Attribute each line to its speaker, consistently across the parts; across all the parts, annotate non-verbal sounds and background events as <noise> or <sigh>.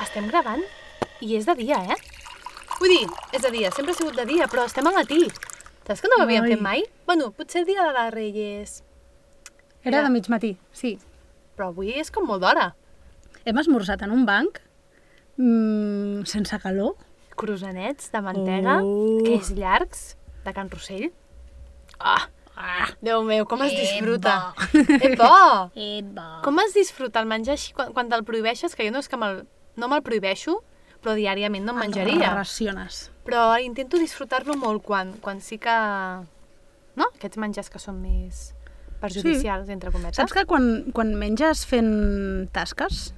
Speaker 1: Estem gravant? I és de dia, eh? Vull dir, és de dia, sempre ha sigut de dia, però estem al matí. Saps que no ho havíem
Speaker 2: Ai.
Speaker 1: fet mai? Bueno, potser el dia de les Reyes...
Speaker 2: Era
Speaker 1: Era.
Speaker 2: de mig matí, sí.
Speaker 1: Però avui és com molt d'hora.
Speaker 2: Hem esmorzat en un banc, mm, sense calor.
Speaker 1: Cruzanets de mantega,
Speaker 2: Uh.
Speaker 1: que és llargs, de Can Rossell. Ah! ah. Déu meu, com es disfruta! Eh, <laughs> bo!
Speaker 2: Com...
Speaker 1: Com es disfruta el menjar així quan, quan te'l prohibeixes? Que jo no és que me'l, no me'l prohibeixo, però diàriament Ah, no em menjaria.
Speaker 2: Ah, Raciones.
Speaker 1: Però intento disfrutar-lo molt quan, quan sí que... No? Aquests menjars que són més perjudicials, sí. entre cometes.
Speaker 2: Saps que quan, quan menges fent tasques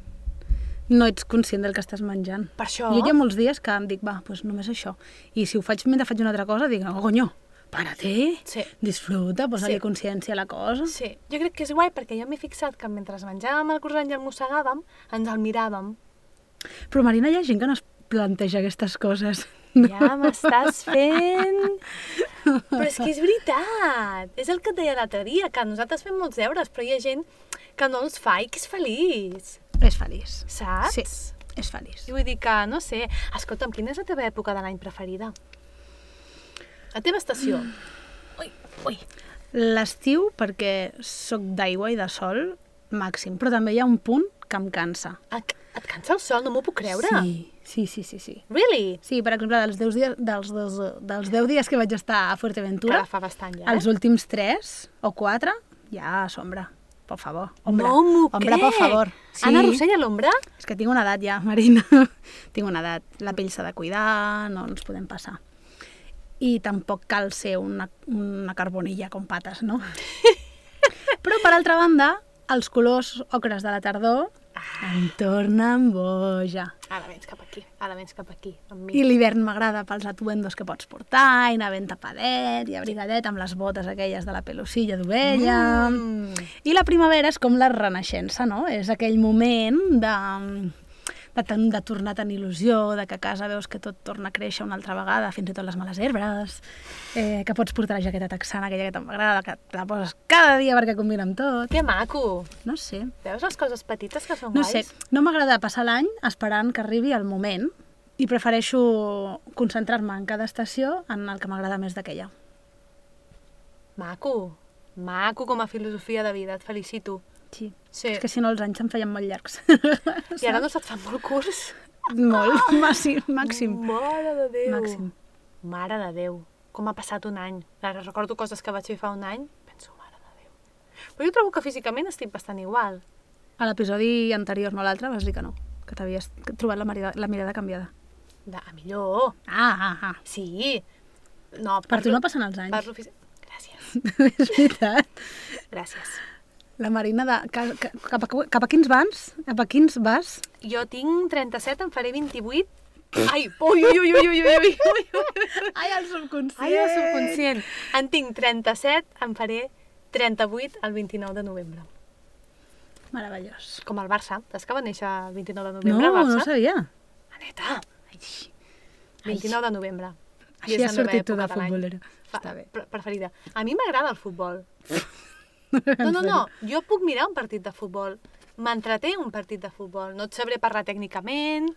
Speaker 2: no ets conscient del que estàs menjant?
Speaker 1: Per això...
Speaker 2: Jo hi ha molts dies que em dic, va, doncs només això. I si ho faig mentre faig una altra cosa, dic, oh, conyo, para-te,
Speaker 1: Sí.
Speaker 2: disfruta, posa-li
Speaker 1: Sí.
Speaker 2: consciència a la cosa.
Speaker 1: Sí, jo crec que és guai perquè jo m'he fixat que mentre menjàvem el croissant i el mossegàvem, ens el miràvem.
Speaker 2: Però, Marina, hi ha gent que no es planteja aquestes coses.
Speaker 1: Ja m'estàs fent... Però és que és veritat! És el que et deia l'altre dia, que nosaltres fem molts deures, però hi ha gent que no els fa i que és feliç,
Speaker 2: <laughs> És feliç.
Speaker 1: saps?
Speaker 2: Sí, és feliç.
Speaker 1: I vull dir que, no sé, escolta'm, quina és la teva època de l'any preferida? La teva estació. Ui, ui.
Speaker 2: L'estiu, perquè sóc d'aigua i de sol, màxim. Però també hi ha un punt que em cansa.
Speaker 1: Et, et cansa el sol, no m'ho puc creure.
Speaker 2: Sí, sí, sí, sí. sí.
Speaker 1: Really?
Speaker 2: Sí, per exemple, dels 10 dies, dels, dels, dels 10 dies que vaig estar a
Speaker 1: Que
Speaker 2: Fuerteventura,
Speaker 1: la fa bastant ja, eh?
Speaker 2: els últims 3 o 4, ja sombra, per favor. Ombra.
Speaker 1: No m'ho crec.
Speaker 2: Ombra, per favor.
Speaker 1: Sí. Anna Rossell a l'ombra?
Speaker 2: És que tinc una edat ja, Marina. <laughs> tinc una edat. La pell s'ha de cuidar, no ens podem passar. I tampoc cal ser una, una carbonilla com pates, no? Però, per altra banda, els colors ocres de la tardor em tornen boja.
Speaker 1: Ara vens cap aquí, ara vens cap aquí, amb mi.
Speaker 2: I l'hivern m'agrada pels atuendos que pots portar, i anar ben tapadet, i abrigadet, amb les botes aquelles de la pelusilla d'ovella...
Speaker 1: Mm.
Speaker 2: I la primavera és com la renaixença, no? És aquell moment de, de, ten, de tornar a tenir il·lusió, de que a casa veus que tot torna a créixer una altra vegada, fins i tot les males herbes, eh, que pots portar la jaqueta texana, aquella que t'agrada, que te la poses cada dia perquè combina amb tot.
Speaker 1: Que maco!
Speaker 2: No sé,
Speaker 1: Veus les coses petites que són
Speaker 2: no sé,
Speaker 1: guais?
Speaker 2: no m'agrada passar l'any esperant que arribi el moment i prefereixo concentrar-me en cada estació en el que m'agrada més d'aquella.
Speaker 1: Maco, maco com a filosofia de vida, et felicito.
Speaker 2: Sí.
Speaker 1: Sí,
Speaker 2: És que si no els anys se'n feien molt llargs.
Speaker 1: i ara no se't fan molt curts?
Speaker 2: <laughs> molt, màxim, màxim.
Speaker 1: Mare de Déu.
Speaker 2: Màxim.
Speaker 1: Mare de Déu, com ha passat un any. Ara recordo coses que vaig fer fa un any, penso, mare de Déu. Però jo trobo que físicament estic bastant igual.
Speaker 2: A l'episodi anterior, no l'altre, vas dir que no, que t'havies trobat la mirada, la mirada canviada.
Speaker 1: De, a millor,
Speaker 2: Ah, ah, ah.
Speaker 1: sí. No,
Speaker 2: Per tu no passen els anys.
Speaker 1: Parlo físic... Gràcies,
Speaker 2: <laughs> És veritat.
Speaker 1: gràcies.
Speaker 2: La Marina de... Ca, ca, cap, a, cap a quins vans? Cap a quins vas?
Speaker 1: Jo tinc 37, em faré 28. Ai, ui, ui, ui, ui, ui, ui, ui, ui, ui.
Speaker 2: Ai, el subconscient.
Speaker 1: Ai, el subconscient. En tinc 37, em faré 38 el 29 de novembre.
Speaker 2: Meravellós.
Speaker 1: Com el Barça. Saps que va néixer el 29 de
Speaker 2: No,
Speaker 1: novembre el Barça?
Speaker 2: no ho sabia.
Speaker 1: Aneta! 29 de novembre. I
Speaker 2: Així
Speaker 1: és la
Speaker 2: has
Speaker 1: meva
Speaker 2: sortit tu
Speaker 1: època
Speaker 2: de
Speaker 1: l'any.
Speaker 2: futbolera.
Speaker 1: Fa-
Speaker 2: Està bé.
Speaker 1: pre- Preferida. A mi m'agrada el
Speaker 2: <laughs>
Speaker 1: futbol. No, no, no. Jo puc mirar un partit de futbol. M'entreté un partit de futbol. No et sabré parlar tècnicament,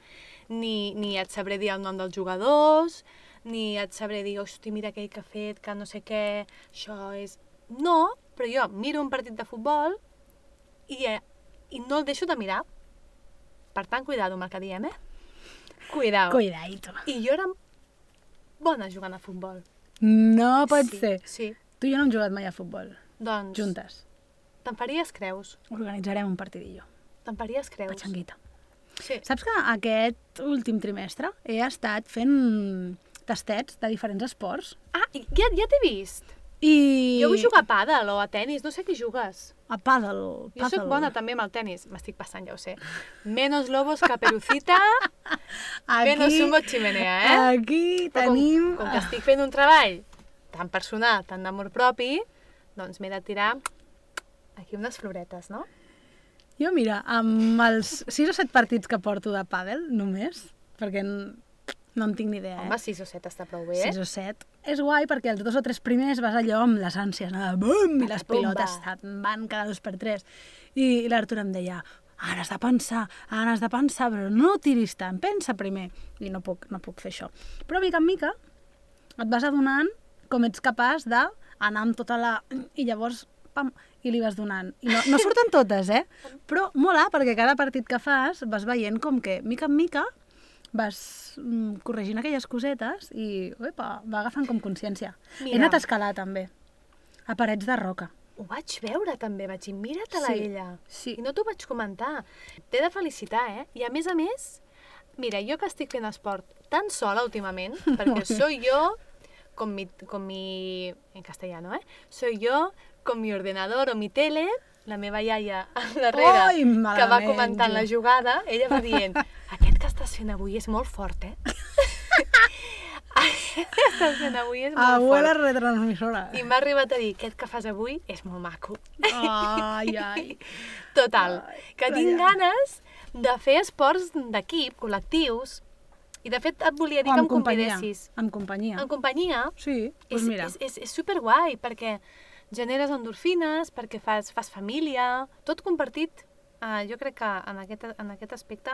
Speaker 1: ni, ni et sabré dir el nom dels jugadors, ni et sabré dir, hosti, mira aquell que ha fet, que no sé què, això és... No, però jo miro un partit de futbol i, eh, i no el deixo de mirar. Per tant, cuidado amb el que diem, eh? Cuidao.
Speaker 2: Cuidadito.
Speaker 1: I jo era bona jugant a futbol.
Speaker 2: No pot
Speaker 1: sí,
Speaker 2: ser.
Speaker 1: Sí.
Speaker 2: Tu i jo no hem jugat mai a futbol.
Speaker 1: Doncs...
Speaker 2: Juntes.
Speaker 1: Te'n faries creus.
Speaker 2: Organitzarem un partidillo.
Speaker 1: Te'n faries creus.
Speaker 2: Patxanguita.
Speaker 1: Sí.
Speaker 2: Saps que aquest últim trimestre he estat fent tastets de diferents esports
Speaker 1: Ah, i ja, ja t'he vist.
Speaker 2: i...
Speaker 1: Jo vull jugar a pàdel o a tennis, no sé a qui jugues.
Speaker 2: A pàdel.
Speaker 1: Jo sóc
Speaker 2: pàdel.
Speaker 1: bona també amb el tennis. M'estic passant, ja ho sé. Menos lobos,
Speaker 2: <laughs>
Speaker 1: caperucita, que no sumo chimenea, eh?
Speaker 2: Aquí
Speaker 1: Però com-
Speaker 2: tenim... ah.
Speaker 1: Com, que estic fent un treball tan personal, tan d'amor propi, doncs m'he de tirar aquí unes floretes, no?
Speaker 2: Jo, mira, amb els 6 o 7 partits que porto de pàdel, només, perquè n- no en tinc ni idea, eh?
Speaker 1: Home, 6 o 7 està prou bé. eh?
Speaker 2: 6 o 7. És guai perquè els dos o tres primers vas allò amb les ànsies, no? de bum, i les
Speaker 1: Patapumba.
Speaker 2: pilotes se'n van cada dos per tres. I l'Artur em deia, ara has de pensar, ara has de pensar, però no tiris tant, pensa primer. I no puc, no puc fer això. Però mica en mica et vas adonant com ets capaç d'anar amb tota la... I llavors, pam, i li vas donant. I no, no surten totes, eh? Però mola, perquè cada partit que fas vas veient com que, mica en mica, vas mm, corregint aquelles cosetes i uepa, va agafant com consciència.
Speaker 1: Mira.
Speaker 2: He anat a escalar, també, a parets de roca.
Speaker 1: Ho vaig veure també, vaig dir, mira-te-la
Speaker 2: Sí,
Speaker 1: ella.
Speaker 2: sí.
Speaker 1: I no t'ho vaig comentar. T'he de felicitar, eh? I a més a més, mira, jo que estic fent esport tan sola
Speaker 2: <laughs>
Speaker 1: últimament, perquè soy yo con mi, con mi... en castellano, eh? Soy yo con mi ordenador o mi tele, la meva iaia <laughs> al darrere,
Speaker 2: Ui,
Speaker 1: que va
Speaker 2: malament,
Speaker 1: comentant la
Speaker 2: jo.
Speaker 1: jugada, ella va
Speaker 2: <laughs>
Speaker 1: dient, aquest que estàs fent avui és molt fort, eh? <laughs> Aquest que estàs fent avui és molt fort.
Speaker 2: Abuela retransmissora. <laughs>
Speaker 1: I m'ha arribat a dir, aquest que fas avui és molt maco.
Speaker 2: Ai, ai.
Speaker 1: Total, que
Speaker 2: però
Speaker 1: tinc
Speaker 2: ja.
Speaker 1: ganes de fer esports d'equip, col·lectius, i de fet et volia dir
Speaker 2: O
Speaker 1: que
Speaker 2: amb
Speaker 1: em
Speaker 2: companyia.
Speaker 1: convidessis.
Speaker 2: Amb companyia.
Speaker 1: En companyia
Speaker 2: Sí,
Speaker 1: és,
Speaker 2: doncs mira.
Speaker 1: és, és, és superguai, perquè generes endorfines, perquè fas, fas família, tot compartit. Uh, jo crec que en aquest, en aquest aspecte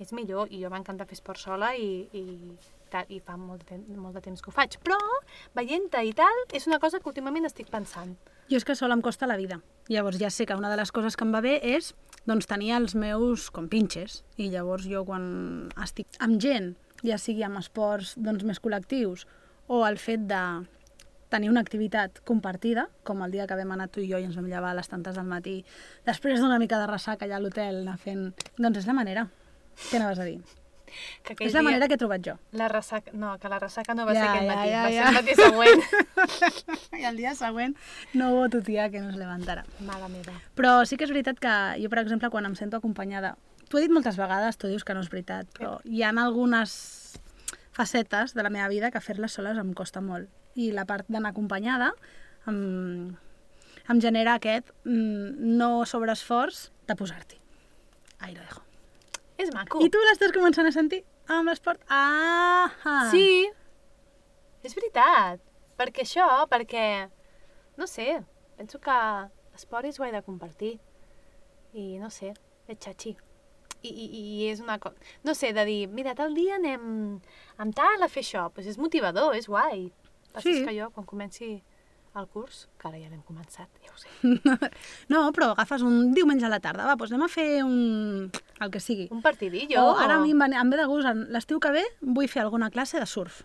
Speaker 1: és millor i jo m'encanta fer esport sola i, i, tal, i fa molt de, temps, molt de temps que ho faig. Però veient-te i tal és una cosa que últimament estic pensant.
Speaker 2: Jo és que sola em costa la vida. Llavors ja sé que una de les coses que em va bé és doncs, tenir els meus compinxes. I llavors jo quan estic amb gent, ja sigui amb esports doncs, més col·lectius, o el fet de tenir una activitat compartida, com el dia que vam anar tu i jo i ens vam llevar a les tantes del matí, després d'una mica de ressaca allà a l'hotel, anar fent... Doncs és la manera. Què anaves a dir?
Speaker 1: Que aquell
Speaker 2: És la
Speaker 1: dia-
Speaker 2: manera que he trobat jo.
Speaker 1: La ressaca... No, que la ressaca no va
Speaker 2: Ja,
Speaker 1: ser aquest
Speaker 2: ja,
Speaker 1: matí,
Speaker 2: ja,
Speaker 1: va ser
Speaker 2: ja.
Speaker 1: el matí
Speaker 2: <laughs>
Speaker 1: següent.
Speaker 2: <laughs> I el dia següent no hubo tu tia que nos levantara.
Speaker 1: Mala meva.
Speaker 2: Però sí que és veritat que jo, per exemple, quan em sento acompanyada... T'ho he dit moltes vegades, tu dius que no és veritat, però hi han algunes facetes de la meva vida que fer-les soles em costa molt. I la part d'anar acompanyada em, em genera aquest mm, no sobreesforç de posar-t'hi. Ahí lo dejo.
Speaker 1: És maco.
Speaker 2: I tu l'estàs començant a sentir amb l'esport? Ah!
Speaker 1: Sí. És veritat. Perquè això, perquè... No sé, penso que esport és guai de compartir. I no sé, és xatxi. I, i, i és una cosa... No sé, de dir, mira, tal dia anem amb tal a fer això. Pues és motivador, és guai. El que Passa
Speaker 2: Sí.
Speaker 1: és que jo, quan comenci el curs, que ara ja l'hem començat, ja ho sé,
Speaker 2: <laughs> No, però agafes un diumenge a la tarda, va, doncs anem a fer un... el que sigui.
Speaker 1: un partidillo.
Speaker 2: Jo, Oh, ara a mi em, va, em ve de gust, en- l'estiu que ve vull fer alguna classe de surf.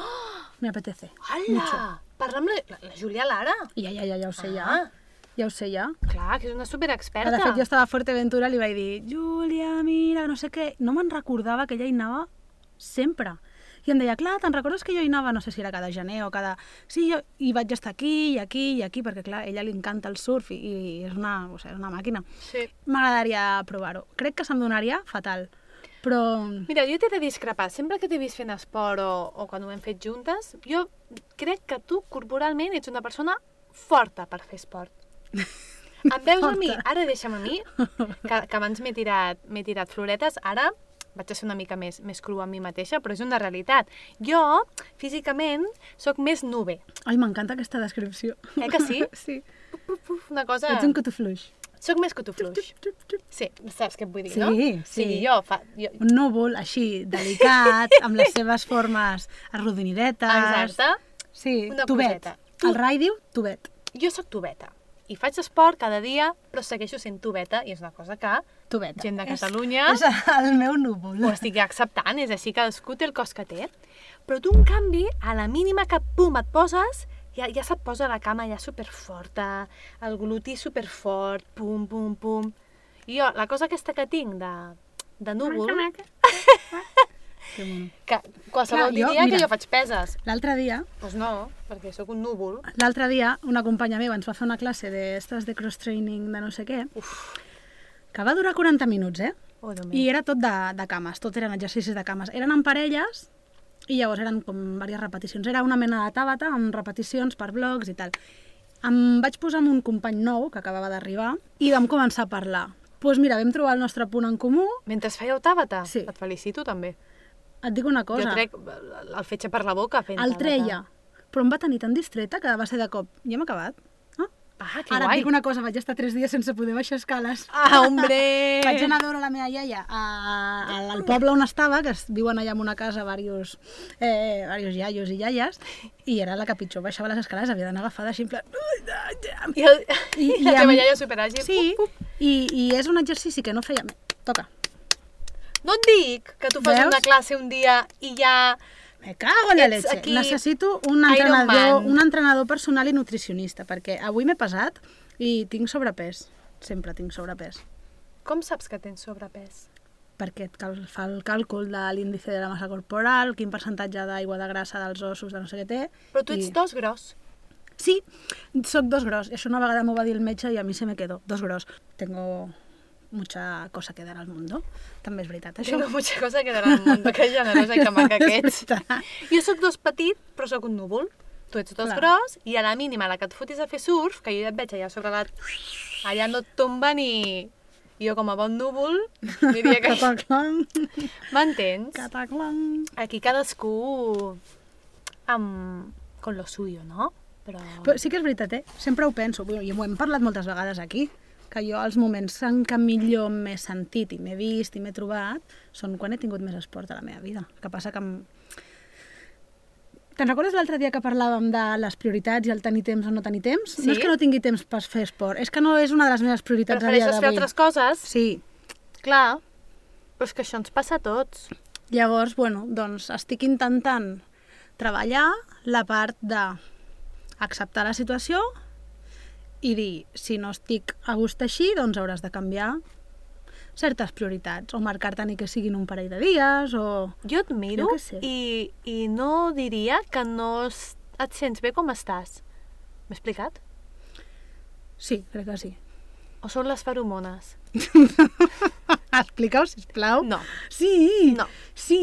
Speaker 2: Oh! Me apetece.
Speaker 1: Hola! Parla amb la, la, la Júlia Lara.
Speaker 2: Ja, ja, ja, ja ho sé,
Speaker 1: Ah.
Speaker 2: ja. Ja ho sé, ja.
Speaker 1: Clar, que és una
Speaker 2: Ara,
Speaker 1: superexperta.
Speaker 2: Ah, de fet, jo estava a Fuerteventura i li vaig dir, Júlia, mira, no sé què... No me'n recordava que ella hi anava sempre. I em deia, clar, te'n recordes que jo hi anava, no sé si era cada gener o cada... Sí, jo hi vaig estar aquí i aquí i aquí, perquè clar, a ella li encanta el surf i, i és, una, o sigui, és una màquina.
Speaker 1: Sí.
Speaker 2: M'agradaria provar-ho. Crec que se'm donaria fatal, però...
Speaker 1: Mira, jo t'he de discrepar. Sempre que t'he vist fent esport o, o quan ho hem fet juntes, jo crec que tu corporalment ets una persona forta per fer
Speaker 2: <laughs>
Speaker 1: esport. Em veus a mi,
Speaker 2: Forta.
Speaker 1: ara deixa'm a mi, que, que abans m'he tirat, m'he tirat floretes, ara vaig a ser una mica més, més crua amb mi mateixa, però és una realitat. Jo, físicament, sóc més nube.
Speaker 2: Ai, m'encanta aquesta descripció.
Speaker 1: Eh que sí?
Speaker 2: <laughs> Sí.
Speaker 1: Uf, uf, Una cosa...
Speaker 2: Ets un cotufluix.
Speaker 1: Sóc més cotufluix.
Speaker 2: Tup, tup.
Speaker 1: Sí, saps què et vull dir,
Speaker 2: Sí,
Speaker 1: no?
Speaker 2: sí.
Speaker 1: Sí, jo, fa, jo,
Speaker 2: Un núvol així, delicat, amb les seves formes arrodonidetes.
Speaker 1: exacte.
Speaker 2: Sí,
Speaker 1: Una
Speaker 2: tubet.
Speaker 1: coseta.
Speaker 2: El rai diu tubet.
Speaker 1: Jo sóc tubeta i faig esport cada dia, però segueixo sent tubeta i és una cosa que
Speaker 2: Tubet.
Speaker 1: Gent de Catalunya.
Speaker 2: És, és el meu núvol.
Speaker 1: ho estic acceptant, és així cadascú té el cos que té. Però tu, en canvi, a la mínima que pum et poses, ja, ja se't posa la cama ja superforta, el gluti superfort, pum, pum, pum. I jo, la cosa aquesta que tinc de, de núvol,
Speaker 2: Que mono.
Speaker 1: que qualsevol
Speaker 2: Clar, jo-
Speaker 1: diria
Speaker 2: mira.
Speaker 1: que jo faig peses.
Speaker 2: L'altre dia,
Speaker 1: Doncs pues no, perquè sóc un núvol.
Speaker 2: l'altre dia, una companya meva ens va fer una classe d'estes de cross-training de no sé què,
Speaker 1: Uf,
Speaker 2: que va durar 40 minuts, eh?
Speaker 1: oh, Déu meu.
Speaker 2: I era tot de, de cames, tot eren exercicis de cames. Eren en parelles i llavors eren com diverses repeticions. Era una mena de tàbata amb repeticions per blocs i tal. Em vaig posar amb un company nou que acabava d'arribar i vam començar a parlar. Doncs pues mira, vam trobar el nostre punt en comú.
Speaker 1: Mentre fèieu tàbata,
Speaker 2: Sí.
Speaker 1: et felicito també.
Speaker 2: Et dic una cosa,
Speaker 1: Jo trec el fetge per la boca fent
Speaker 2: el
Speaker 1: tàbata.
Speaker 2: treia, però em va tenir tan distreta que va ser de cop, ja hem acabat? Ah,
Speaker 1: Ah, que
Speaker 2: Ara et
Speaker 1: guai.
Speaker 2: dic una cosa, vaig estar tres dies sense poder baixar escales.
Speaker 1: <laughs> Ah, hombre!
Speaker 2: Vaig
Speaker 1: Eh.
Speaker 2: anar a veure la meva iaia a, a, al poble on estava, que es viuen allà en una casa varios, eh, varios iaios i iaies, i era la que pitjor baixava les escales, havia d'anar agafada així en plan...
Speaker 1: I, el, I, <laughs>
Speaker 2: I-
Speaker 1: i
Speaker 2: i
Speaker 1: la
Speaker 2: a
Speaker 1: teva
Speaker 2: mi-
Speaker 1: iaia superàgil.
Speaker 2: Sí,
Speaker 1: Pup, pup.
Speaker 2: i, i és un exercici que no feia... Toca.
Speaker 1: No et dic que tu fas
Speaker 2: Veus?
Speaker 1: una classe un dia i ja...
Speaker 2: Me cago en la
Speaker 1: Ets
Speaker 2: leche.
Speaker 1: aquí
Speaker 2: Necessito un
Speaker 1: Iron
Speaker 2: entrenador,
Speaker 1: Man.
Speaker 2: un entrenador personal i nutricionista, perquè avui m'he pesat i tinc sobrepès. Sempre tinc sobrepès.
Speaker 1: Com saps que tens sobrepès?
Speaker 2: perquè et cal, fa el càlcul de l'índice de la massa corporal, quin percentatge d'aigua de grassa dels ossos, de no sé què té...
Speaker 1: Però tu ets
Speaker 2: i...
Speaker 1: dos gros.
Speaker 2: Sí, sóc dos gros. Això una vegada m'ho va dir el metge i a mi se me quedó. Dos gros. Tengo mucha cosa que dar al mundo. També és veritat,
Speaker 1: Això
Speaker 2: això.
Speaker 1: no mucha cosa que darà al món, que generosa i que maca que ets.
Speaker 2: <laughs> És veritat.
Speaker 1: Jo sóc dos petit, però sóc un núvol. Tu ets dos
Speaker 2: Clar.
Speaker 1: gros i a la mínima a la que et fotis a fer surf, que jo ja et veig allà sobre la... Allà no et tomba ni... Jo com a bon núvol diria que...
Speaker 2: Cataclan,
Speaker 1: M'entens?
Speaker 2: cataclan.
Speaker 1: Aquí cadascú amb... con lo suyo, no? Però...
Speaker 2: Però sí que és veritat, eh? Sempre ho penso. Bueno, I ho hem parlat moltes vegades aquí, que jo els moments en què millor m'he sentit i m'he vist i m'he trobat són quan he tingut més esport a la meva vida. El que passa que... Em... Te'n recordes l'altre dia que parlàvem de les prioritats i el tenir temps o no tenir temps?
Speaker 1: Sí.
Speaker 2: No és que no tingui temps per fer esport, és que no és una de les meves prioritats a dia
Speaker 1: Prefereixes fer
Speaker 2: d'avui.
Speaker 1: altres coses?
Speaker 2: Sí.
Speaker 1: Clar. Però és que això ens passa a tots.
Speaker 2: Llavors, bueno, doncs estic intentant treballar la part de acceptar la situació i dir, si no estic a gust així, doncs hauràs de canviar certes prioritats, o marcar-te ni que siguin un parell de dies, o...
Speaker 1: Jo et miro
Speaker 2: Jo què sé.
Speaker 1: i, i no diria que no es- et sents bé com estàs. M'he explicat?
Speaker 2: Sí, crec que sí. <laughs>
Speaker 1: O són les feromones?
Speaker 2: Explica-ho, sisplau.
Speaker 1: No.
Speaker 2: Sí!
Speaker 1: No.
Speaker 2: Sí!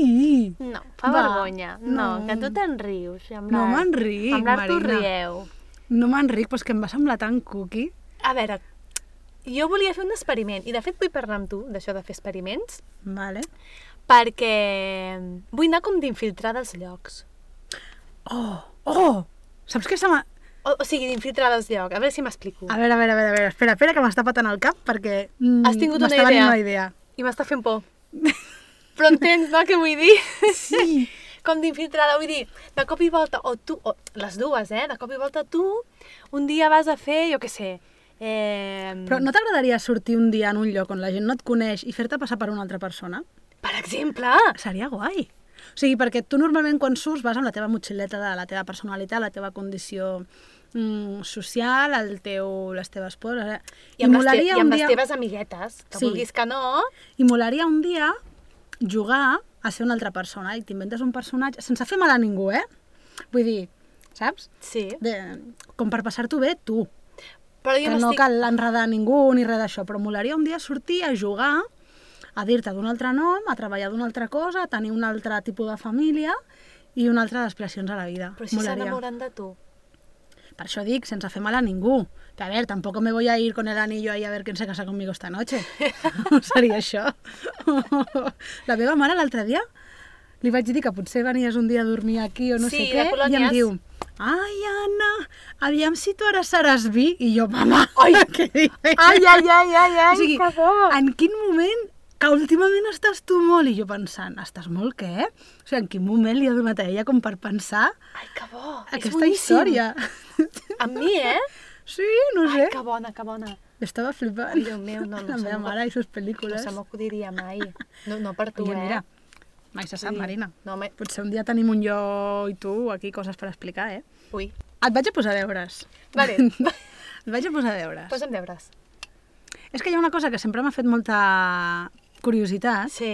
Speaker 1: No, fa
Speaker 2: Va,
Speaker 1: vergonya. No,
Speaker 2: no.
Speaker 1: que tu te'n rius. i amb
Speaker 2: No
Speaker 1: l'Art-
Speaker 2: me'n ric,
Speaker 1: Amb l'art tu
Speaker 2: Marina.
Speaker 1: rieu.
Speaker 2: No m'enric, però és que em va semblar tan cuqui.
Speaker 1: A veure, jo volia fer un experiment, i de fet vull parlar amb tu d'això de fer experiments,
Speaker 2: Vale.
Speaker 1: perquè vull anar com d'infiltrar dels llocs.
Speaker 2: Oh! Oh! Saps què se m'ha...
Speaker 1: O, o sigui, d'infiltrar dels llocs. A veure si m'explico.
Speaker 2: A veure, a veure, a veure, a veure, espera, espera, que m'està patant el cap perquè mm,
Speaker 1: Has tingut una
Speaker 2: m'està venint
Speaker 1: idea.
Speaker 2: una idea.
Speaker 1: I m'està fent
Speaker 2: <laughs>
Speaker 1: por. Però entens, no?, què vull dir?
Speaker 2: Sí.
Speaker 1: com d'infiltrada, vull dir, de cop i volta, o tu, o les dues, eh, de cop i volta tu, un dia vas a fer, jo què sé, eh,
Speaker 2: Però no t'agradaria sortir un dia en un lloc on la gent no et coneix i fer-te passar per una altra persona?
Speaker 1: per exemple,
Speaker 2: Seria guai. O sigui, perquè tu normalment quan surts vas amb la teva motxilleta de la teva personalitat, la teva condició mm, social, el teu, les teves pors... eh?
Speaker 1: i amb, les, te i
Speaker 2: molaria un
Speaker 1: amb
Speaker 2: dia-
Speaker 1: les teves amiguetes, que
Speaker 2: Sí.
Speaker 1: vulguis que no,
Speaker 2: I molaria un dia jugar a ser una altra persona i t'inventes un personatge sense fer mal a ningú, eh? Vull dir, saps?
Speaker 1: sí,
Speaker 2: De, com per passar-t'ho bé, tu.
Speaker 1: però jo
Speaker 2: que no
Speaker 1: m'estic...
Speaker 2: cal enredar ningú ni res d'això, però molaria un dia sortir a jugar, a dir-te d'un altre nom, a treballar d'una altra cosa, a tenir un altre tipus de família i una altra d'aspiracions a la vida.
Speaker 1: Però si
Speaker 2: Molaria.
Speaker 1: s'enamoren de tu.
Speaker 2: Per això dic, sense fer mal a ningú. Però a ver, tampoco me voy a ir con el anillo ahí a ver quién se casa conmigo esta noche.
Speaker 1: <laughs>
Speaker 2: <laughs> No seria això. <laughs> La meva mare l'altre dia li vaig dir que potser venies un dia a dormir aquí o no
Speaker 1: Sí, de
Speaker 2: sé què, i em
Speaker 1: Colònies.
Speaker 2: diu Ai, Anna, aviam si tu ara seràs vi. I jo, mama,
Speaker 1: Ai,
Speaker 2: <laughs> què dius?
Speaker 1: ai, ai, ai,
Speaker 2: <laughs> o sigui, en quin moment que últimament estàs tu molt, i jo pensant, estàs molt què? O sigui, en quin moment li ha donat a ella com per pensar
Speaker 1: Ai, que bo, és
Speaker 2: aquesta
Speaker 1: boníssim.
Speaker 2: història?
Speaker 1: <laughs> Amb mi, eh?
Speaker 2: Sí, <laughs> no
Speaker 1: Ai,
Speaker 2: sé.
Speaker 1: que bona, que bona.
Speaker 2: Estava flipant.
Speaker 1: Ai, Déu meu,
Speaker 2: <laughs>
Speaker 1: no, no
Speaker 2: La
Speaker 1: se
Speaker 2: meva
Speaker 1: m'ho-
Speaker 2: mare i sus
Speaker 1: No
Speaker 2: pel·lícules.
Speaker 1: se m'acudiria mai. No, no per tu,
Speaker 2: Oye,
Speaker 1: eh?
Speaker 2: mira, mai se sap,
Speaker 1: Vull dir,
Speaker 2: Marina.
Speaker 1: No, mai...
Speaker 2: Potser un dia tenim un jo i tu aquí coses per explicar, eh?
Speaker 1: Ui.
Speaker 2: Et vaig a posar deures. <laughs>
Speaker 1: Vale,
Speaker 2: Et vaig a posar deures.
Speaker 1: posa'm deures.
Speaker 2: És que hi ha una cosa que sempre m'ha fet molta curiositat
Speaker 1: Sí.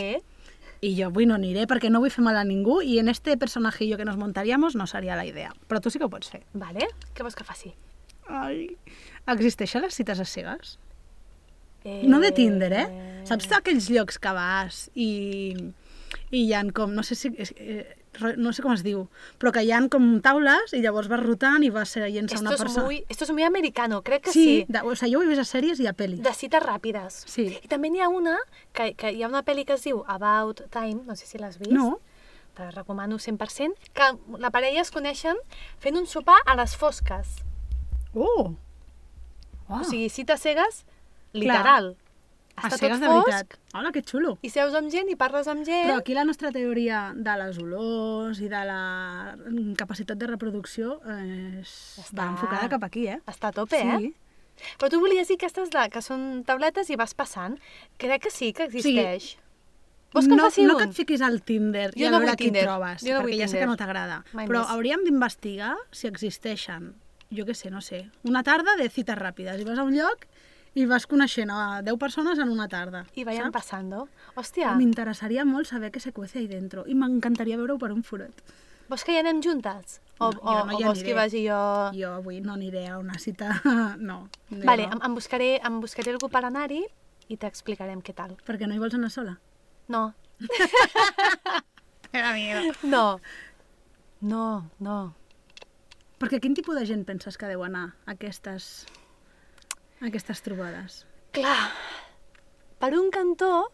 Speaker 2: i jo avui no aniré perquè no vull fer mal a ningú i en este personajillo que nos montaríamos no seria la idea. Però tu sí que ho pots fer.
Speaker 1: Vale, què vols que faci?
Speaker 2: Ai. Existeixen les cites a cegues?
Speaker 1: Eh...
Speaker 2: No de Tinder, eh? Saps aquells llocs que vas i, i hi ha com, no sé, si, és- eh, ro- no sé com es diu, però que hi ha com taules i llavors vas rotant i vas seient-se
Speaker 1: Esto
Speaker 2: una
Speaker 1: es,
Speaker 2: persona.
Speaker 1: muy, esto es muy americano, crec que
Speaker 2: Sí,
Speaker 1: sí.
Speaker 2: de, o sigui, jo ho he vist a sèries i a pel·lis.
Speaker 1: De cites ràpides.
Speaker 2: Sí.
Speaker 1: I també n'hi ha una, que, que hi ha una pel·li que es diu About Time, no sé si l'has vist.
Speaker 2: No?
Speaker 1: Te la recomano 100%, que la parella es coneixen fent un sopar a les fosques.
Speaker 2: Oh!
Speaker 1: O
Speaker 2: Uau.
Speaker 1: sigui, cita cegues, literal.
Speaker 2: A
Speaker 1: Està
Speaker 2: cegues,
Speaker 1: tot
Speaker 2: de
Speaker 1: fosc,
Speaker 2: veritat. Hola, que xulo.
Speaker 1: i seus amb gent i parles amb gent.
Speaker 2: Però aquí la nostra teoria de les olors i de la capacitat de reproducció eh, es
Speaker 1: Està-
Speaker 2: va enfocada cap aquí, eh?
Speaker 1: Està a tope, eh?
Speaker 2: sí.
Speaker 1: Però tu volies dir aquestes de, que són tauletes i vas passant? Crec que sí que existeix. Vols que en
Speaker 2: no,
Speaker 1: faci
Speaker 2: no
Speaker 1: un?
Speaker 2: que et fiquis al Tinder i
Speaker 1: Jo
Speaker 2: a
Speaker 1: no
Speaker 2: veure
Speaker 1: vull
Speaker 2: qui
Speaker 1: Tinder.
Speaker 2: trobes,
Speaker 1: Jo no
Speaker 2: perquè
Speaker 1: vull
Speaker 2: ja sé que
Speaker 1: Tinder.
Speaker 2: no t'agrada.
Speaker 1: Mai
Speaker 2: Però
Speaker 1: més.
Speaker 2: hauríem d'investigar si existeixen, jo què sé, no sé, una tarda de cites ràpides. I vas a un lloc i vas coneixent a 10 persones en una tarda.
Speaker 1: I vayan passando. Hòstia,
Speaker 2: M'interessaria molt saber què se cuece ahí dentro i m'encantaria veure-ho per un forat.
Speaker 1: vols que hi anem juntes? O,
Speaker 2: No, jo
Speaker 1: o,
Speaker 2: no hi
Speaker 1: o vols que
Speaker 2: aniré.
Speaker 1: hi vagi jo...
Speaker 2: Jo avui no aniré a una cita, <laughs> no. jo
Speaker 1: Ah. Vale,
Speaker 2: no.
Speaker 1: em, em, buscaré, em buscaré algú per anar-hi i t'explicarem què tal.
Speaker 2: Perquè no hi vols anar sola? <laughs>
Speaker 1: No,
Speaker 2: Era miedo.
Speaker 1: no, no, no.
Speaker 2: Perquè quin tipus de gent penses que deu anar a aquestes, a aquestes trobades?
Speaker 1: Clar, per un cantó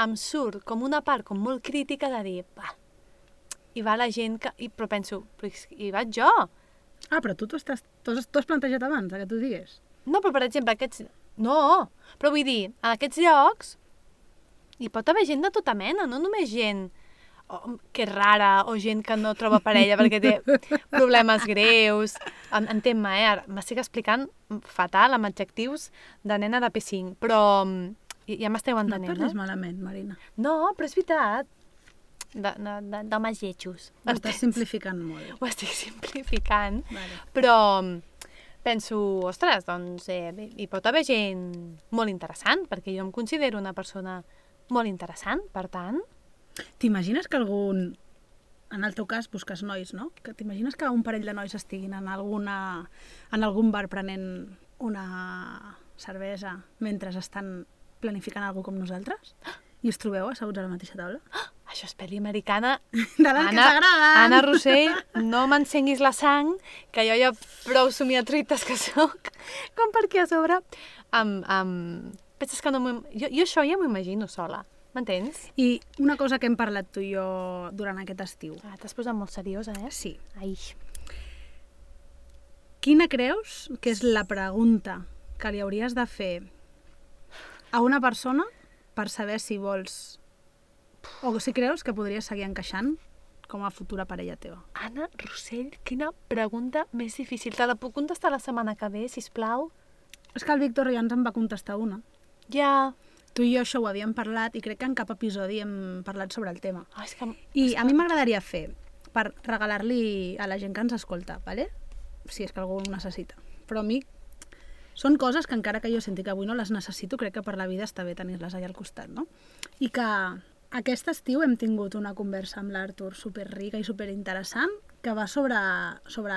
Speaker 1: em surt com una part com molt crítica de dir, va, hi va la gent que... I, però penso, però és que hi vaig jo.
Speaker 2: Ah, però tu t'ho estàs... T'ho has- t'ho has plantejat abans, eh, que t'ho digués?
Speaker 1: No, però per exemple, aquests... No, però vull dir, en aquests llocs hi pot haver gent de tota mena, no només gent oh, que és rara o gent que no troba parella perquè té
Speaker 2: <laughs>
Speaker 1: problemes greus. En- Entén-me, eh? ara M'estic explicant fatal amb adjectius de nena de P5, però mm, ja ja m'esteu
Speaker 2: No et
Speaker 1: entenent,
Speaker 2: parlis malament, Marina.
Speaker 1: No, però és veritat. De- de- de- D'homes lletjos.
Speaker 2: Ho estàs simplificant molt.
Speaker 1: Ho estic simplificant,
Speaker 2: Vale.
Speaker 1: però mm, penso, ostres, doncs eh, hi pot haver gent molt interessant, perquè jo em considero una persona molt interessant, per tant...
Speaker 2: T'imagines que algun... En el teu cas busques nois, no? Que T'imagines que un parell de nois estiguin en, alguna, en algun bar prenent una cervesa mentre estan planificant alguna com nosaltres? I us trobeu asseguts a la mateixa
Speaker 1: <gasps>
Speaker 2: taula?
Speaker 1: Això és pel·li americana.
Speaker 2: De les que t'agraden!
Speaker 1: Anna Rossell, no m'encenguis la sang, que jo ja prou somiatruites que sóc, com perquè a sobre... Amb, amb... Penses que no m'ho... im- Jo, jo això ja m'ho imagino sola, m'entens?
Speaker 2: I una cosa que hem parlat tu i jo durant aquest estiu.
Speaker 1: Ah, T'has posat molt seriosa, eh?
Speaker 2: Sí.
Speaker 1: Ai.
Speaker 2: Quina creus que és la pregunta que li hauries de fer a una persona per saber si vols o si creus que podries seguir encaixant com a futura parella teva?
Speaker 1: Anna Rossell, quina pregunta més difícil. Te la puc contestar la setmana que ve, si plau?
Speaker 2: És que el Víctor ja ens en va contestar una.
Speaker 1: Ja.
Speaker 2: Tu i jo això ho havíem parlat i crec que en cap episodi hem parlat sobre el tema.
Speaker 1: Ah, és que...
Speaker 2: I a mi m'agradaria fer, per regalar-li a la gent que ens escolta, ¿vale? si és que algú ho necessita. Però a mi són coses que encara que jo senti que avui no les necessito, crec que per la vida està bé tenir-les allà al costat, no? I que aquest estiu hem tingut una conversa amb l'Artur superrica i superinteressant que va sobre, sobre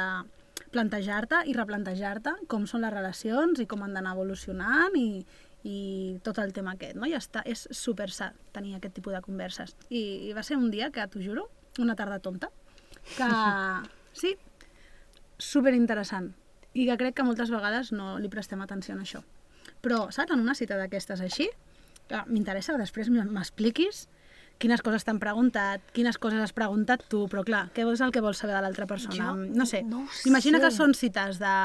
Speaker 2: plantejar-te i replantejar-te com són les relacions i com han d'anar evolucionant i, i tot el tema aquest, no? I està, és super sa tenir aquest tipus de converses. I, I va ser un dia que, t'ho juro, una tarda tonta, que sí, super interessant i que crec que moltes vegades no li prestem atenció a això. Però, saps, en una cita d'aquestes així, que m'interessa que després m- m'expliquis quines coses t'han preguntat, quines coses has preguntat tu, però clar, què és el que vols saber de l'altra persona?
Speaker 1: Jo
Speaker 2: no sé.
Speaker 1: no ho
Speaker 2: Imagina
Speaker 1: sé.
Speaker 2: que són cites de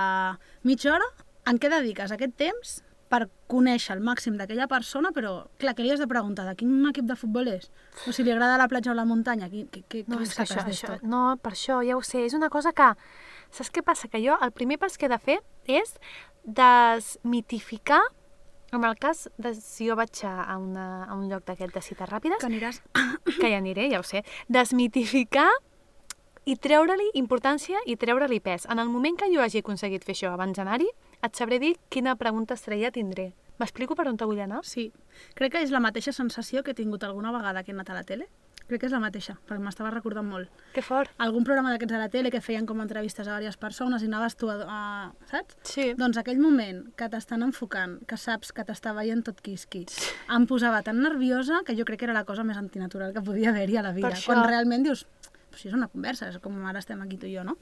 Speaker 2: mitja hora, en què dediques aquest temps per conèixer el màxim d'aquella persona, però clar, què li has de preguntar? De quin equip de futbol és? O si li agrada la platja o la muntanya? Qui, qui, qui,
Speaker 1: No,
Speaker 2: què
Speaker 1: és que
Speaker 2: saques
Speaker 1: això,
Speaker 2: d'això?
Speaker 1: això, no, per això, ja ho sé, és una cosa que... Saps què passa? Que jo el primer pas que he de fer és desmitificar en el cas de si jo vaig a, a una, a un lloc d'aquest de cites ràpides,
Speaker 2: Que aniràs...
Speaker 1: que ja aniré, ja ho sé, desmitificar i treure-li importància i treure-li pes. En el moment que jo hagi aconseguit fer això abans d'anar-hi, et sabré dir quina pregunta estrella tindré. M'explico per on te vull anar?
Speaker 2: Sí, crec que és la mateixa sensació que he tingut alguna vegada que he anat a la tele. Crec que és la mateixa, perquè m'estava recordant molt.
Speaker 1: Que fort.
Speaker 2: Algun programa d'aquests a la tele que feien com entrevistes a diverses persones i anaves tu a... a saps?
Speaker 1: Sí.
Speaker 2: Doncs aquell moment que t'estan enfocant, que saps que t'està veient tot quisqui, em posava tan nerviosa que jo crec que era la cosa més antinatural que podia haver-hi a la vida.
Speaker 1: Per això.
Speaker 2: Quan realment dius, però si és una conversa, és com ara estem aquí tu i jo, no?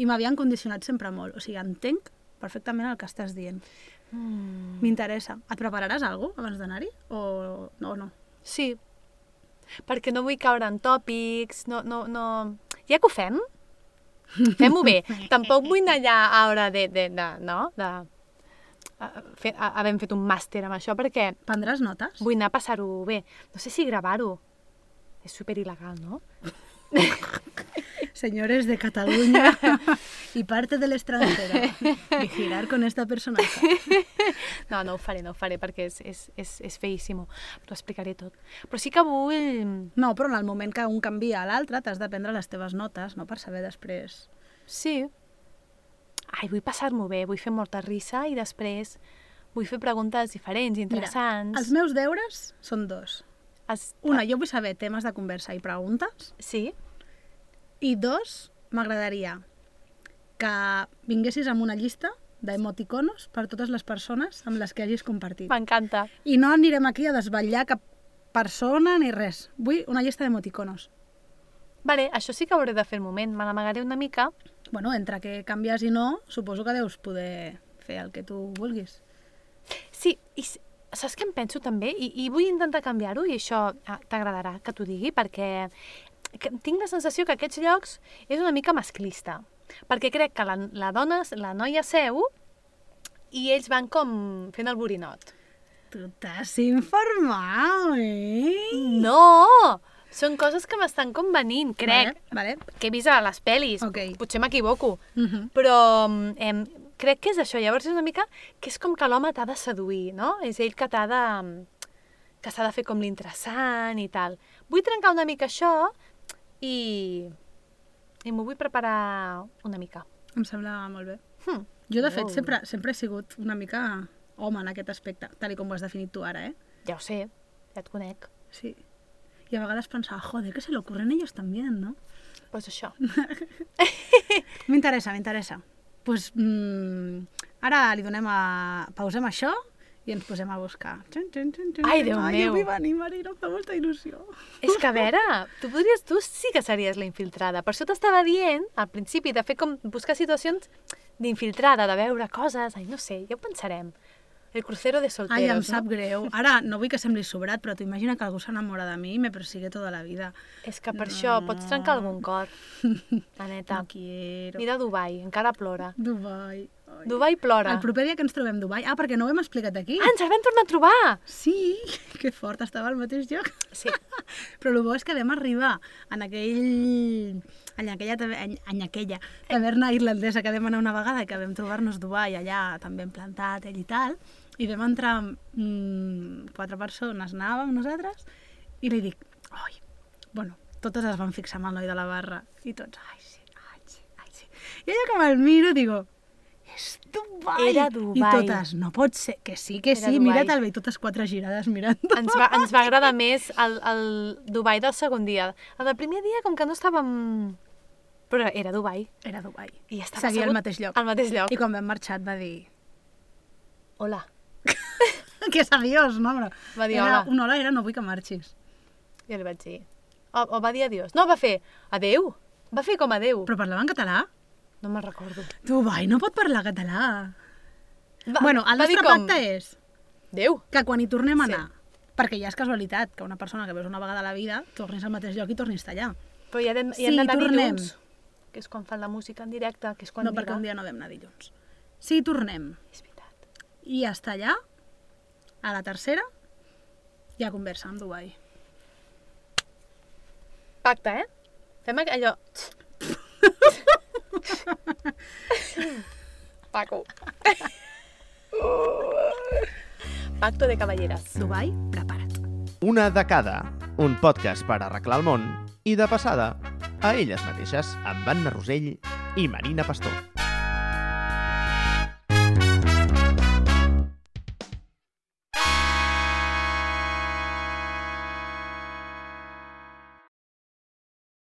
Speaker 2: I m'havien condicionat sempre molt. O sigui, entenc perfectament el que estàs dient.
Speaker 1: Mm.
Speaker 2: M'interessa. Et prepararàs alguna cosa abans d'anar-hi? O no, no?
Speaker 1: Sí. Perquè no vull caure en tòpics, no... no, no... Ja que ho fem, fem-ho bé. Tampoc vull anar allà a hora de... de, de no? De... eh, fe, a- havent fet un màster amb això, perquè
Speaker 2: Prendràs notes?
Speaker 1: vull anar a passar-ho bé. No sé si gravar-ho. És super il·legal, no?
Speaker 2: Señores
Speaker 1: <laughs>
Speaker 2: de Cataluña y parte del extranjero, vigilar con esta persona.
Speaker 1: No, no ho faré, no ho faré, perquè és, és, és, és feíssimo. T'ho explicaré tot. Però sí que vull...
Speaker 2: No, però en el moment que un canvia a l'altre t'has de prendre les teves notes, no? Per saber després...
Speaker 1: Sí. Ai, vull passar-m'ho bé, vull fer molta risa i després vull fer preguntes diferents, interessants.
Speaker 2: els meus deures són dos.
Speaker 1: els...
Speaker 2: Una, jo vull saber temes de conversa i preguntes.
Speaker 1: Sí?
Speaker 2: I dos, m'agradaria que vinguessis amb una llista d'emoticonos per totes les persones amb les que hagis compartit.
Speaker 1: M'encanta.
Speaker 2: I no anirem aquí a desvetllar cap persona ni res. Vull una llista d'emoticonos.
Speaker 1: Vale, això sí que ho hauré de fer al moment. Me n'amagaré una mica.
Speaker 2: Bueno, entre que canvies i no, suposo que deus poder fer el que tu vulguis.
Speaker 1: Sí, i s- saps què em penso també? I, i vull intentar canviar-ho i això ah, t'agradarà que t'ho digui perquè que tinc la sensació que aquests llocs és una mica masclista. Perquè crec que la, la dona, la noia seu i ells van com fent el borinot.
Speaker 2: Tu t'has informat, eh?
Speaker 1: No! Són coses que m'estan convenint, crec.
Speaker 2: Vale, vale.
Speaker 1: Que he vist a les pel·lis.
Speaker 2: Ok.
Speaker 1: Potser m'equivoco.
Speaker 2: Uh -huh.
Speaker 1: Però eh, crec que és això. Llavors és una mica que és com que l'home t'ha de seduir, no? És ell que t'ha de... mm, que s'ha de fer com l'interessant i tal. Vull trencar una mica això i... i m'ho vull preparar una mica.
Speaker 2: Em sembla molt bé.
Speaker 1: Hm.
Speaker 2: Jo, de fet,
Speaker 1: Wow.
Speaker 2: sempre, sempre he sigut una mica home en aquest aspecte, tal i com ho has definit tu ara, eh?
Speaker 1: Ja ho sé, ja et conec.
Speaker 2: Sí. I a vegades pensava, joder, que se lo ocurren ellos también, no?
Speaker 1: Doncs pues això.
Speaker 2: M'interessa, m'interessa. Doncs pues, mm, ara li donem a... pausem això i ens posem a buscar. Txun, txun, txun, txun,
Speaker 1: Ai,
Speaker 2: txun.
Speaker 1: Déu
Speaker 2: Ai,
Speaker 1: meu.
Speaker 2: jo vull venir, Marina, em fa molta il·lusió.
Speaker 1: És que a veure, tu podries, tu sí que series la infiltrada. Per això t'estava dient, al principi, de fer com buscar situacions d'infiltrada, de veure coses, ai, no sé, ja ho pensarem. El crucero de solteros,
Speaker 2: <laughs> Ai, em
Speaker 1: no?
Speaker 2: sap greu. Ara, no vull que sembli sobrat, però tu imagina que algú s'enamora de mi i me persigue tota la vida.
Speaker 1: És que per això pots trencar algun cor, la neta.
Speaker 2: No quiero.
Speaker 1: Mira Dubai, encara plora.
Speaker 2: Dubai. Ai.
Speaker 1: Dubai plora.
Speaker 2: El proper dia que ens trobem a Dubai... Ah, perquè no ho hem explicat aquí.
Speaker 1: Ah, ens el vam tornar a trobar!
Speaker 2: Sí, <laughs> que fort, estava al mateix lloc.
Speaker 1: Sí,
Speaker 2: <laughs> Però el bo és que vam arribar en aquell... En aquella, taver- en, en aquella taverna irlandesa que vam anar una vegada i que vam trobar-nos Dubai allà també hem plantat ell i tal i vam entrar mm, quatre persones, anàvem nosaltres i li dic, oi, bueno, totes es van fixar amb el noi de la barra i tots, ai sí, ai sí, ai sí i allò que me'l miro digo és Dubai!
Speaker 1: Era
Speaker 2: I
Speaker 1: Dubai.
Speaker 2: totes, no pot ser, que sí, que
Speaker 1: Era
Speaker 2: sí,
Speaker 1: Dubai.
Speaker 2: mira't el bé, i totes quatre girades mirant
Speaker 1: ens va, ens va agradar més el, el Dubai del segon dia. El del primer dia, com que no estàvem... Però era Dubai.
Speaker 2: Era Dubai.
Speaker 1: I estava
Speaker 2: Seguia al
Speaker 1: assegut
Speaker 2: mateix lloc.
Speaker 1: Al mateix lloc.
Speaker 2: I quan vam marxar et va dir...
Speaker 1: Hola.
Speaker 2: Que seriós, no? Però
Speaker 1: Va dir,
Speaker 2: era,
Speaker 1: "Hola".
Speaker 2: Una hora era no vull que marxis.
Speaker 1: Jo li vaig dir. O, o va dir adiós. No, va fer adeu. Va fer com adeu. Però...
Speaker 2: Però parlava en català?
Speaker 1: No me'n recordo.
Speaker 2: Dubai no pot parlar català.
Speaker 1: Va,
Speaker 2: bueno, el
Speaker 1: va dir
Speaker 2: nostre
Speaker 1: com,
Speaker 2: pacte és
Speaker 1: Déu.
Speaker 2: que quan hi tornem a
Speaker 1: Sí.
Speaker 2: anar, perquè ja és casualitat que una persona que veus una vegada a la vida tornis al mateix lloc i tornis a allà.
Speaker 1: Però ja hem,
Speaker 2: Si
Speaker 1: ja hem d'anar
Speaker 2: tornem.
Speaker 1: dilluns, que és quan fan la música en directe, que és quan
Speaker 2: no perquè un dia no vam anar dilluns. Si hi tornem
Speaker 1: És veritat.
Speaker 2: i està allà, a la tercera, ja conversa amb Dubai.
Speaker 1: Pacte, eh? Fem aqu- allò... Paco. <laughs> Pacto de caballeras.
Speaker 2: Dubai, prepara't.
Speaker 3: Una de cada, un podcast per arreglar el món i, de passada, a elles mateixes, amb Anna Rosell i Marina Pastor.